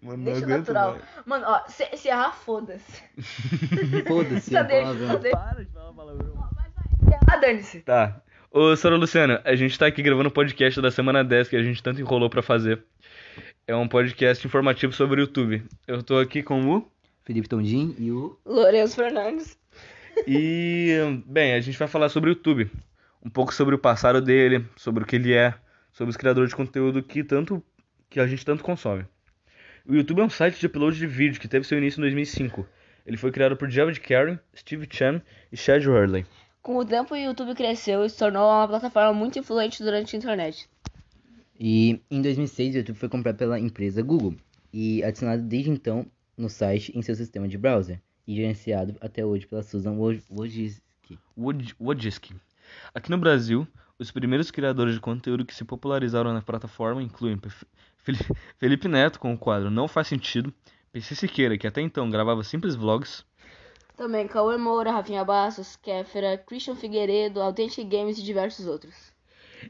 Mano, Deixa não aguento, natural. velho. Mano, ó, se, se errar, foda-se. Foda-se, Só é um deixa, só palavrão. deixa. Para de falar palavrão. Se errar, dane-se. Tá. Ô, Sora Luciana, a gente tá aqui gravando o podcast da semana 10 que a gente tanto enrolou pra fazer. É um podcast informativo sobre o YouTube. Eu tô aqui com o. Felipe Tondim e o. Lourenço Fernandes. E. Bem, a gente vai falar sobre o YouTube. Um pouco sobre o passado dele, sobre o que ele é, sobre os criadores de conteúdo que tanto. que a gente tanto consome. O YouTube é um site de upload de vídeo que teve seu início em 2005. Ele foi criado por David Carey, Steve Chan e Chad Hurley. Com o tempo, o YouTube cresceu e se tornou uma plataforma muito influente durante a internet. E em 2006 o YouTube foi comprado pela empresa Google e adicionado desde então no site em seu sistema de browser e gerenciado até hoje pela Susan Woj- Wojcicki. Woj- Wojcicki. Aqui no Brasil, os primeiros criadores de conteúdo que se popularizaram na plataforma incluem Pe- Fel- Felipe Neto com o quadro Não Faz Sentido, PC Siqueira, que até então gravava simples vlogs, Também Cauê Moura, Rafinha Bastos, Kéfera, Christian Figueiredo, Authentic Games e diversos outros.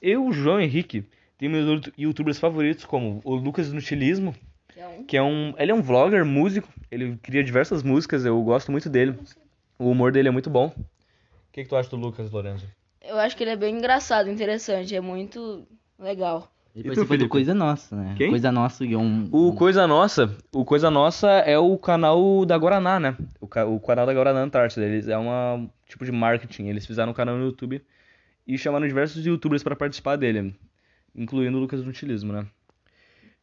e o João Henrique tem meus yout- youtubers favoritos como o Lucas Nutilismo, Que é um... que é um, ele é um vlogger, músico, ele cria diversas músicas, eu gosto muito dele. O humor dele é muito bom. O que, que tu acha do Lucas, Lorenzo? Eu acho que ele é bem engraçado, interessante, é muito legal. Ele tu, participou do Felipe? Coisa Nossa, né? Quem? Coisa Nossa e um. O um- Coisa Nossa, o Coisa Nossa é o canal da Guaraná, né? O, ca- o canal da Guaraná Antártida, eles é um tipo de marketing, eles fizeram um canal no YouTube e chamaram diversos youtubers pra participar dele, incluindo o Lucas Nutilismo, né?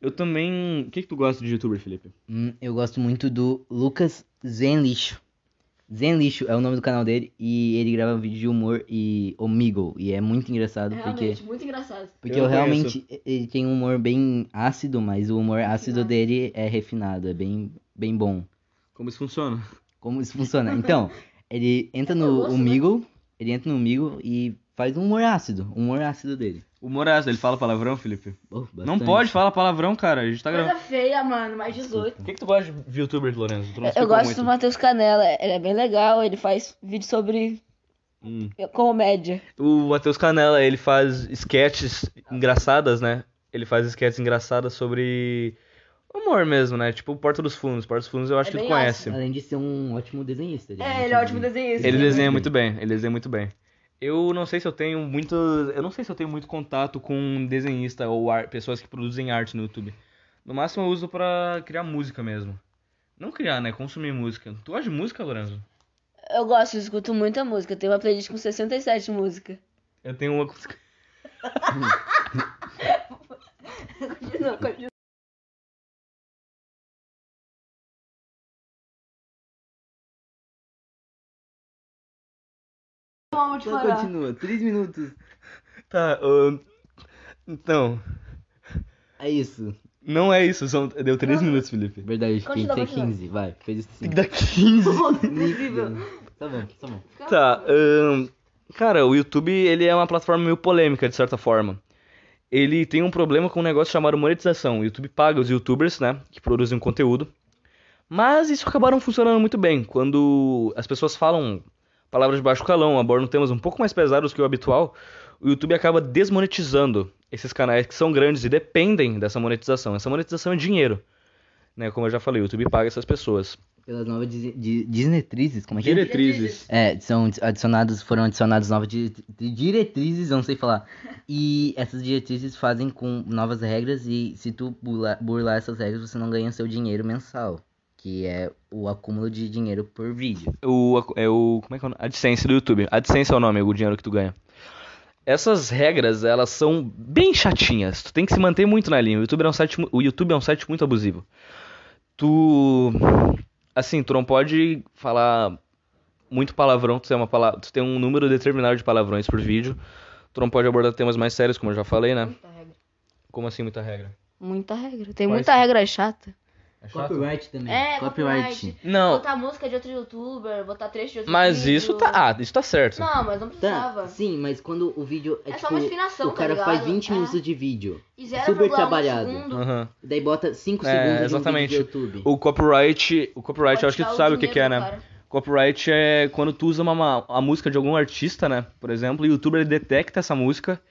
Eu também, o que que tu gosta de youtuber, Felipe? Hum, eu gosto muito do Lucas Zen Lixo. Zen Lixo é o nome do canal dele e ele grava vídeo de humor e Omigo. E é muito engraçado porque. muito engraçado. Porque Eu eu, não realmente. Ele tem um humor bem ácido, mas o humor ácido dele é refinado, é bem, bem bom. Como isso funciona? Como isso funciona? Então, ele entra Eu no gosto, né? Omigo, ele entra no Omigo e faz um humor ácido, um humor ácido dele. O Moraes, ele fala palavrão, Felipe? Oh, Não bastante. pode falar palavrão, cara, a gente tá gravando. feia, mano, mais 18. O que que tu gosta de youtuber, Lorenzo? Tu não é é- Eu explicou gosto muito. do Matheus Canela, ele é bem legal, ele faz vídeo sobre Hum. comédia. O Matheus Canella, ele faz sketches engraçadas, né? Ele faz sketches engraçadas sobre humor mesmo, né? Tipo Porta dos Fundos. Porta dos Fundos eu acho É que tu bem conhece. Além de ser um ótimo É, desenhista. desenhista. Ele desenha muito bem, ele desenha muito bem. Eu não sei se eu tenho muito, eu não sei se eu tenho muito contato com um desenhista ou ar- pessoas que produzem arte no YouTube. No máximo eu uso pra criar música mesmo. Não criar, né? Consumir música. Tu gosta de música, Lorenzo? Eu gosto, eu escuto muita música. Tem uma playlist com 67 músicas. Eu tenho uma Continua, continua. Vamos te Só parar. continua, 3 minutos. Tá, ahn, então, É isso. É não é isso, são deu três minutos, Felipe. Verdade, tem Continua, que ser continua. 15, vai. Fez isso Tem sim. que dar 15. Incrível. Tá bom, tá bom. Tá, ahn, cara, o YouTube ele é uma plataforma meio polêmica, de certa forma. Ele tem um problema com um negócio chamado monetização. O YouTube paga os youtubers, né, que produzem conteúdo. Mas isso acabaram funcionando muito bem. Quando as pessoas falam palavras de baixo calão, abordam temas um pouco mais pesados que o habitual, o YouTube acaba desmonetizando esses canais que são grandes e dependem dessa monetização. Essa monetização é dinheiro. Né, como eu já falei, o YouTube paga essas pessoas. Pelas novas dis- di- disnetrizes, como é que é? Diretrizes. É, são adicionados, foram adicionadas novas di- di- diretrizes, eu não sei falar. E essas diretrizes fazem com novas regras e se tu burla- burlar essas regras, você não ganha o seu dinheiro mensal, que é o acúmulo de dinheiro por vídeo. o, é o, como é que é o nome? AdSense do YouTube. AdSense é o nome, é o dinheiro que tu ganha. Essas regras, elas são bem chatinhas. Tu tem que se manter muito na linha. O YouTube é um site, mu- o YouTube é um site muito abusivo. Tu assim, tu não pode falar muito palavrão, tu tem uma pala- tu tem um número determinado de palavrões por vídeo. Tu não pode abordar temas mais sérios, como eu já falei, né? Muita regra. Como assim muita regra? Muita regra. Tem Quais muita são? regra chata. É chato? Copyright também. É, copyright. Não, Botar música de outro youtuber, botar trecho de outro mas vídeo. isso tá, ah, isso tá certo. Não, mas não precisava. Tá, sim, mas quando o vídeo é, É só tipo, uma afinação, o tá cara faz ligado? 20 É. minutos de vídeo, E 0,1 super trabalhado. segundo. Aham. daí bota 5 É, segundos exatamente. de um vídeo de YouTube. O copyright, o copyright, Pode eu acho que tirar tu sabe o que, dinheiro que é, do né? cara. Copyright é quando tu usa uma- uma, a música de algum artista, né? Por exemplo, o youtuber ele detecta essa música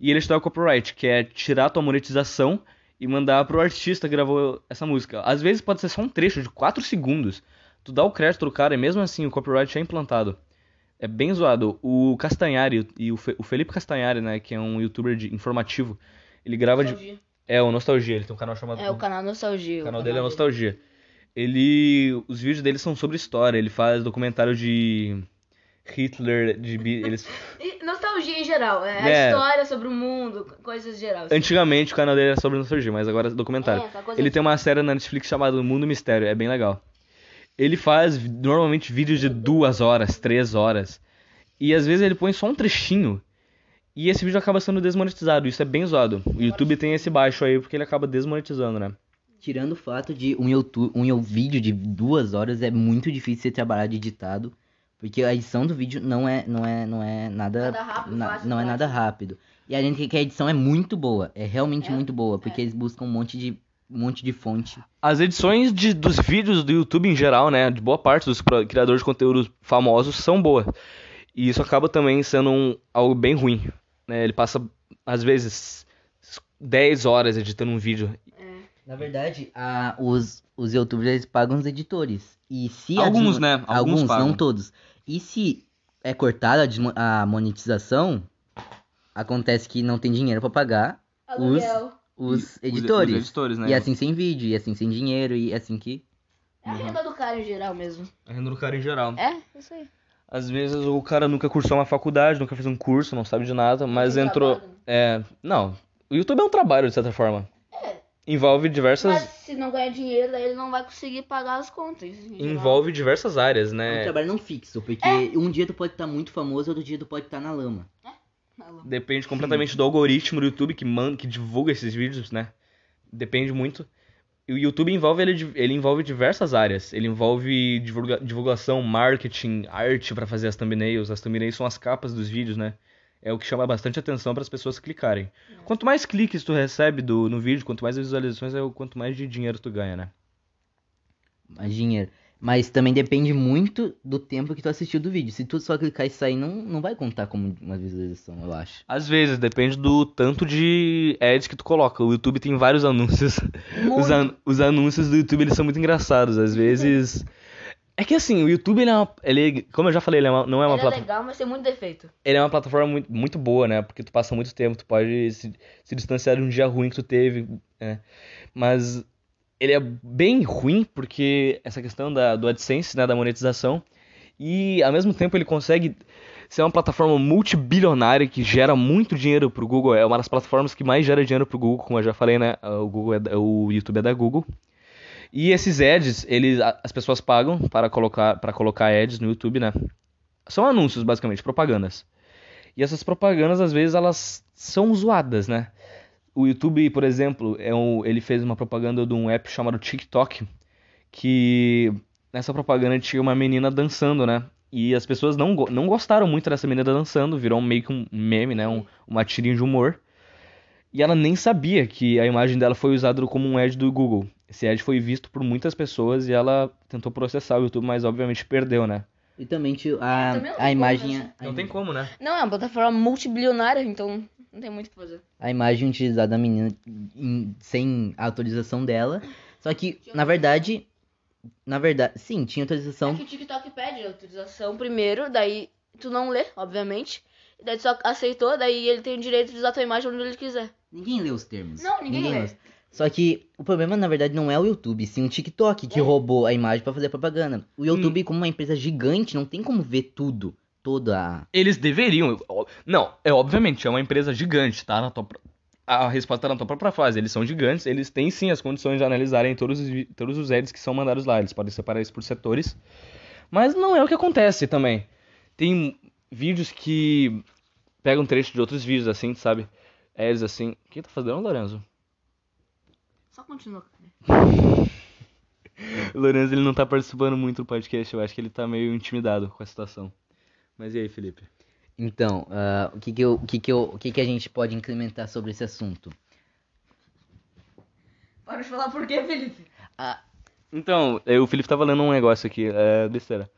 e ele te dá o copyright, que é tirar tua monetização e mandar pro artista que gravou essa música. Às vezes pode ser só um trecho de 4 segundos. Tu dá o crédito pro cara e mesmo assim o copyright é implantado. É bem zoado. O Castanhari e o, Fe- o Felipe Castanhari, né, que é um youtuber de- informativo, ele grava de Nostalgia. é o Nostalgia, ele tem um canal chamado É o canal Nostalgia. o canal dele é Nostalgia. Ele. Os vídeos dele são sobre história. Ele faz documentário de Hitler, de. bi- Eles... E nostalgia em geral, é, a É. história sobre o mundo, co- coisas geral. assim. Antigamente o canal dele era sobre nostalgia, mas agora é documentário. É, essa coisa ele de- tem uma série na Netflix chamada O Mundo Mistério, é bem legal. Ele faz vi- normalmente vídeos de duas horas, três horas. E às vezes ele põe só um trechinho. E esse vídeo acaba sendo desmonetizado. Isso é bem zoado. O YouTube tem esse baixo aí porque ele acaba desmonetizando, né? Tirando o fato de um, YouTube, um yo- vídeo de duas horas é muito difícil você trabalhar de editado, porque a edição do vídeo não é, não é, não é nada, Nada rápido, fácil, não é nada prático. rápido. E a gente quer que a edição é muito boa, é realmente É, muito boa, porque eles buscam um monte de um monte de fonte. As edições de- dos vídeos do YouTube em geral, né? De boa parte dos pro- criadores de conteúdos famosos são boas. E isso acaba também sendo um- algo bem ruim. né? Ele passa, às vezes, 10 horas editando um vídeo. Na verdade, a- os os youtubers eles pagam os editores. E se a Alguns, desmo- né? Alguns Alguns, pagam. não todos. E se é cortada a desmo- a monetização, acontece que não tem dinheiro pra pagar Aluguel. os Os editores. editores, né? E assim sem vídeo, e assim sem dinheiro, e assim que. É a Uhum. renda do cara em geral mesmo. A renda do cara em geral. É, isso aí. Às vezes o cara nunca cursou uma faculdade, nunca fez um curso, não sabe de nada, mas Tem entrou. trabalho, né? É. Não. O YouTube é um trabalho, de certa forma. É. Envolve diversas. Mas se não ganhar dinheiro, daí ele não vai conseguir pagar as contas. em geral. Envolve diversas áreas, É um né? trabalho não fixo, porque É. um dia tu pode estar muito famoso, outro dia tu pode estar na lama. Depende completamente do algoritmo do YouTube que manda, que divulga esses vídeos, né? Depende muito. E o YouTube envolve ele, di- ele envolve diversas áreas. Ele envolve divulga- divulgação, marketing, arte pra fazer as thumbnails. As thumbnails são as capas dos vídeos, né? É o que chama bastante atenção para as pessoas clicarem. Quanto mais cliques tu recebe do, no vídeo, quanto mais visualizações, é o quanto mais de dinheiro tu ganha, né? Mas dinheiro. Mas também depende muito do tempo que tu assistiu do vídeo. Se tu só clicar e sair, não, não vai contar como uma visualização, eu acho. Às vezes, depende do tanto de ads que tu coloca. O YouTube tem vários anúncios. Os, an- os anúncios do YouTube eles são muito engraçados. Às vezes. É que assim, o YouTube, ele é uma. Ele, como eu já falei, ele é uma- não é uma Ele é plataforma. legal, mas tem muito defeito. Ele é uma plataforma muito, muito boa, né? Porque tu passa muito tempo, tu pode se, se distanciar de um dia ruim que tu teve, né? Mas ele é bem ruim porque essa questão da, do AdSense, né? Da monetização. E ao mesmo tempo ele consegue ser uma plataforma multibilionária que gera muito dinheiro pro Google. É uma das plataformas que mais gera dinheiro pro Google, como eu já falei, né? O, Google é da- o YouTube é da Google. E esses ads, eles, a- as pessoas pagam para colocar, para colocar ads no YouTube, né? São anúncios, basicamente, propagandas. E essas propagandas, às vezes, elas são zoadas, né? O YouTube, por exemplo, é um, ele fez uma propaganda de um app chamado TikTok, que nessa propaganda tinha uma menina dançando, né? E as pessoas não, go- não gostaram muito dessa menina dançando, virou meio que um meme, né? Um, uma tirinha de humor. E ela nem sabia que a imagem dela foi usada como um ad do Google. Esse ad foi visto por muitas pessoas e ela tentou processar o YouTube, mas obviamente perdeu, né? E também tio, a, também não tem a como, imagem. né? a- como, né? Não, é uma plataforma multibilionária, então não tem muito o que fazer. a imagem utilizada da menina em- sem a autorização dela. Só que, na verdade. Na verdade, sim, É tinha autorização. que o TikTok pede autorização primeiro, daí tu não lê, obviamente. E daí tu só aceitou, daí ele tem o direito de usar tua imagem onde ele quiser. Ninguém lê os termos. Não, ninguém lê. os- Só que o problema, na verdade, não é o YouTube, sim o TikTok que É. roubou a imagem pra fazer propaganda. O YouTube, como uma empresa gigante, não tem como ver tudo. Toda a. Eles deveriam. ó, Não, é obviamente, é uma empresa gigante, tá? Na tua pro- a resposta tá na tua própria fase. Eles são gigantes, eles têm sim as condições de analisarem todos os, vi- todos os ads que são mandados lá. Eles podem separar isso por setores. Mas não é o que acontece também. Tem vídeos que pegam trecho de outros vídeos, assim, sabe? Ads assim. Quem tá fazendo é o Lorenzo. Só continua, cara. O Lorenzo ele não tá participando muito do podcast, eu acho que ele tá meio intimidado com a situação. Mas e aí, Felipe? Então, ah, o, que que eu, o, que que eu, o que que a gente pode incrementar sobre esse assunto? Para de falar por quê, Felipe? Ah, Então, eu- o Felipe tava lendo um negócio aqui, é besteira.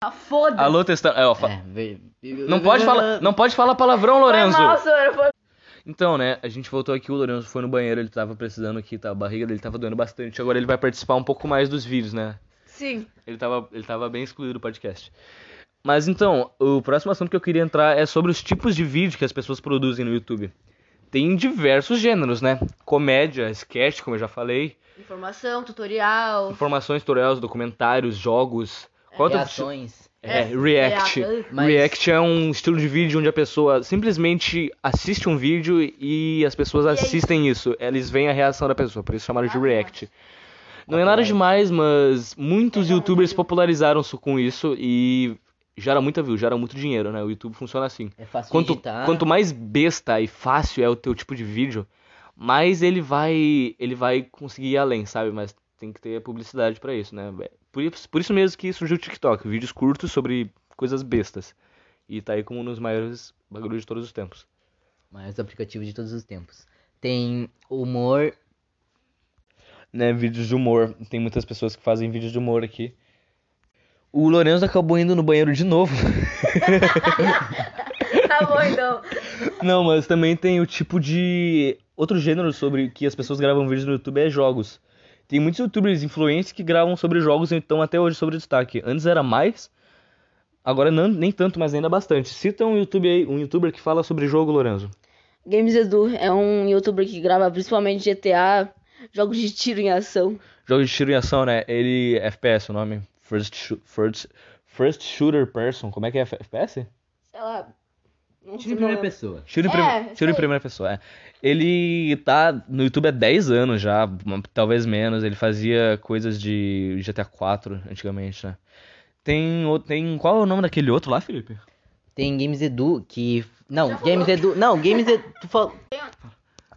Ah, foda-se. Alô, testando. É, ó, fa- é, ve- Não pode falar, não pode falar palavrão, Lorenzo. Foi mal, senhora, foi- Então, né, a gente voltou aqui, o Lourenço foi no banheiro, ele tava precisando aqui, tá, a barriga dele tava doendo bastante. Agora ele vai participar um pouco mais dos vídeos, né? Sim. Ele tava, ele tava bem excluído do podcast. Mas então, o próximo assunto que eu queria entrar é sobre os tipos de vídeo que as pessoas produzem no YouTube. Tem diversos gêneros, né? Comédia, sketch, como eu já falei, Informação, tutorial. informações, tutoriais, documentários, jogos. Qual outro ti- Reações. É, É, react. react. Mas- React é um estilo de vídeo onde a pessoa simplesmente assiste um vídeo e as pessoas é assistem isso. Eles veem a reação da pessoa, por isso chamaram de Ah, react. Não é nada demais, mas muitos youtubers popularizaram-se com isso e gera muita view, gera muito dinheiro, né? O YouTube funciona assim. É fácil Quanto, digitar. quanto mais besta e fácil é o teu tipo de vídeo, mais ele vai ele vai conseguir ir além, sabe? Mas tem que ter publicidade pra isso, né? Por isso, por isso mesmo que surgiu o TikTok, vídeos curtos sobre coisas bestas. E tá aí como um dos maiores bagulhos de todos os tempos. Maiores aplicativos de todos os tempos. Tem humor. Né, vídeos de humor. Tem muitas pessoas que fazem vídeos de humor aqui. O Lourenço acabou indo no banheiro de novo. tá bom, então. Não, mas também tem o tipo de. Outro gênero sobre que as pessoas gravam vídeos no YouTube é jogos. Tem muitos youtubers influentes que gravam sobre jogos e estão até hoje sobre destaque. Antes era mais, agora não- nem tanto, mas ainda bastante. Cita um, YouTube aí, um youtuber que fala sobre jogo, Lorenzo. Games Edu é um youtuber que grava principalmente GTA, jogos de tiro em ação. Jogo de tiro em ação, né? Ele. FPS o nome? First, shoo- first, first Shooter Person. Como é que é? FPS? Sei lá. Não Tira sei. em primeira pessoa. Tiro em, É, prime- isso tiro em aí. primeira pessoa, é. Ele tá no YouTube há 10 anos já, m- talvez menos. Ele fazia coisas de GTA 4 antigamente, né? Tem, o- tem. Qual é o nome daquele outro lá, Felipe? Tem Games Edu que. Não, Já falou. um- Games Edu. Não, Games Edu. Tu fal...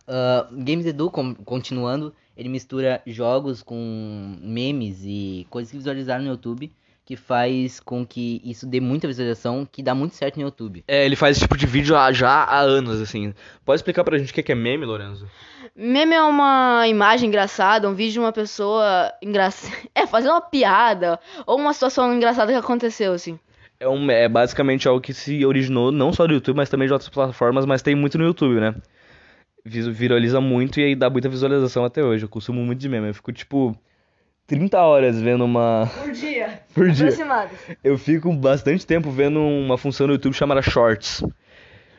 Ah, Games Edu, com- continuando, ele mistura jogos com memes e coisas que visualizaram no YouTube, que faz com que isso dê muita visualização, que dá muito certo no YouTube. É, ele faz esse tipo de vídeo há- já há anos, assim. Pode explicar pra gente o que que é meme, Lorenzo? Meme é uma imagem engraçada, um vídeo de uma pessoa engraçada. É, fazer uma piada ou uma situação engraçada que aconteceu, assim. É, um, é basicamente algo que se originou não só do YouTube, mas também de outras plataformas, mas tem muito no YouTube, né? Visu- Viraliza muito e aí dá muita visualização até hoje. Eu consumo muito de meme. Eu fico, tipo, 30 horas vendo uma. Por dia. assim. Por dia. Aproximadas. Eu fico bastante tempo vendo uma função no YouTube chamada Shorts,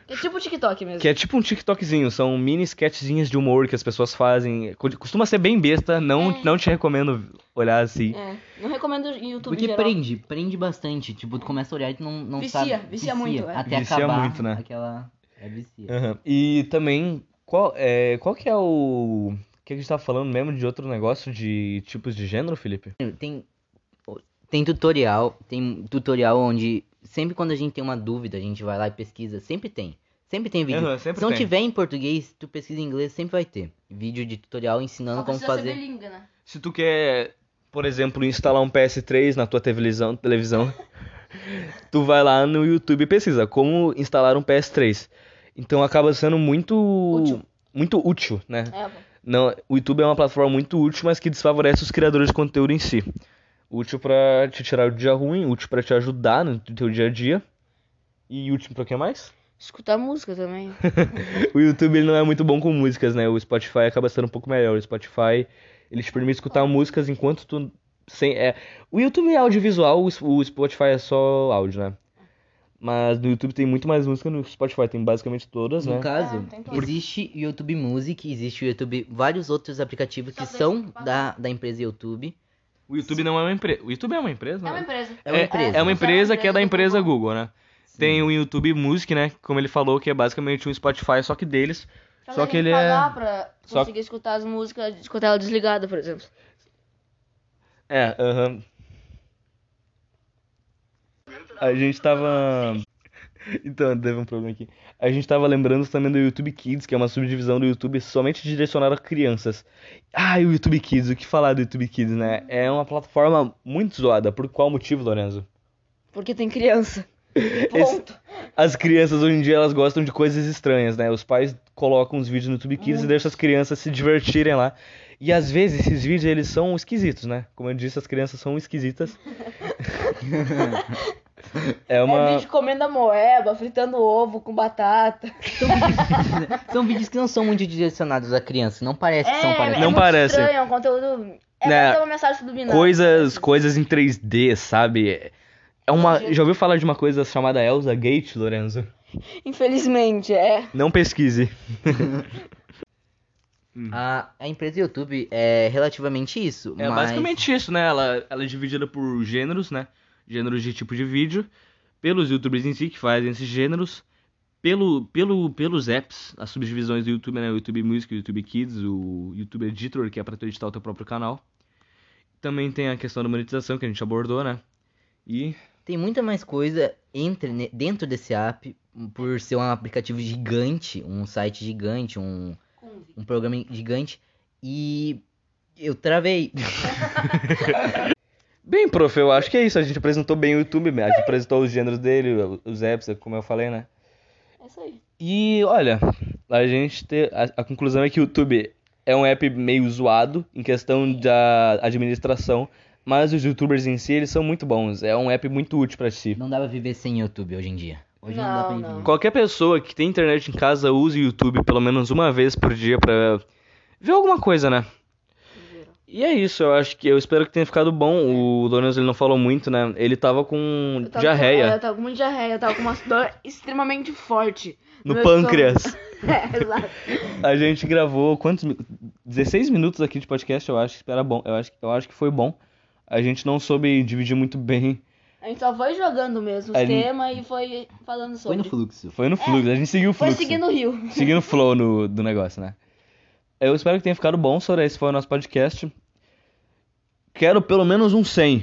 É tipo o TikTok mesmo. que é tipo um TikTokzinho, são mini sketchzinhas de humor que as pessoas fazem. Co- Costuma ser bem besta, não, É. não te recomendo olhar assim. É, não recomendo o YouTube Porque em geral. prende, prende bastante. Tipo, tu começa a olhar e tu não, não Vicia, sabe. vicia muito, é. Até Vicia acabar muito, né? aquela... É vicia. Aham. E também, qual, é, qual que é o... que a gente tava falando mesmo de outro negócio de tipos de gênero, Felipe? Tem, tem tutorial, tem tutorial onde sempre quando a gente tem uma dúvida, a gente vai lá e pesquisa, sempre tem. Sempre tem vídeo. Aham, sempre Se não tem. tiver em português, tu pesquisa em inglês, sempre vai ter. Vídeo de tutorial ensinando como fazer. língua, né? Se tu quer, por exemplo, instalar um PS3 na tua televisão, televisão tu vai lá no YouTube e pesquisa como instalar um PS3. Então acaba sendo muito Útil. muito útil, né? É, pô. Não, o YouTube é uma plataforma muito útil, mas que desfavorece os criadores de conteúdo em si. Útil pra te tirar o dia ruim, útil pra te ajudar no teu dia a dia. E útil pra que mais? escutar música também. O YouTube ele não é muito bom com músicas, né? O Spotify acaba sendo um pouco melhor. O Spotify ele te permite escutar músicas enquanto tu sem é, o YouTube é audiovisual, o S- o Spotify é só áudio, né? Mas no YouTube tem muito mais música, no Spotify tem basicamente todas, né? No É, caso, tem todos. existe o YouTube Music, existe o YouTube, vários outros aplicativos que Só pra são gente pagar. da, da empresa YouTube. O YouTube não é uma empresa. O YouTube é uma empresa, É uma né? empresa. É uma empresa. É uma empresa que é da empresa Google. Google, né? Tem o YouTube Music, né? Como ele falou, que é basicamente um Spotify, só que deles. Pra só você que ele pagar é. pra só- conseguir escutar as músicas, escutar ela desligada, por exemplo. É, aham. A gente tava. Então, teve um problema aqui. A gente tava lembrando também do YouTube Kids, que é uma subdivisão do YouTube somente direcionada a crianças. Ah, e o YouTube Kids, o que falar do YouTube Kids, né? É uma plataforma muito zoada. Por qual motivo, Lorenzo? Porque tem criança. Esse- Ponto. As crianças hoje em dia elas gostam de coisas estranhas, né? Os pais colocam os vídeos no YouTube Kids e deixam as crianças se divertirem lá. E às vezes esses vídeos eles são esquisitos, né? Como eu disse, as crianças são esquisitas. É uma. É vídeo comendo a moeba, fritando ovo com batata. São vídeos que não são muito direcionados à criança. Não parece que são é, para é Não muito parece. estranho, é um conteúdo... É Né, pra ter uma mensagem subliminal. coisas, coisas em 3D, sabe? É uma. Entendi. Já ouviu falar de uma coisa chamada Elsa Gate, Lorenzo? Infelizmente, é. Não pesquise. A, a empresa YouTube é relativamente isso. É mas... basicamente isso, né? Ela, ela é dividida por gêneros, né? Gêneros de tipo de vídeo, pelos youtubers em si que fazem esses gêneros, pelo, pelo, pelos apps, as subdivisões do YouTube, né? O YouTube Music, o YouTube Kids, o YouTube Editor, que é pra tu editar o teu próprio canal. Também tem a questão da monetização que a gente abordou, né? E Tem muita mais coisa entre, ne- dentro desse app, por ser um aplicativo gigante, um site gigante, um, um programa gigante. E eu travei. Bem, prof, eu acho que é isso. A gente apresentou bem o YouTube, né? a gente apresentou os gêneros dele, os apps, como eu falei, né? É isso aí. E olha, a gente te... a, a conclusão é que o YouTube é um app meio zoado em questão da administração, mas os YouTubers em si eles são muito bons. É um app muito útil pra ti. Não dá pra viver sem YouTube hoje em dia. Hoje não, dá pra Não, viver. não. Qualquer pessoa que tem internet em casa use o YouTube pelo menos uma vez por dia pra ver alguma coisa, né? E é isso, eu acho que eu espero que tenha ficado bom. O Lorenzo ele não falou muito, né? Ele tava com Eu tava diarreia. Com, eu tava com muita diarreia, eu tava com uma dor extremamente forte. No Meu pâncreas. É, exato. A gente gravou quantos mi- 16 minutos aqui de podcast, eu acho que era bom. Eu acho, eu acho que foi bom. A gente não soube dividir muito bem. A gente só foi jogando mesmo o Aí- tema e foi falando Foi sobre. no fluxo. É, Foi no fluxo, a gente seguiu o É, Foi fluxo. seguindo o rio. Seguindo o flow no- do negócio, né? Eu espero que tenha ficado bom, Sora. Esse foi o nosso podcast. Quero pelo menos um 100.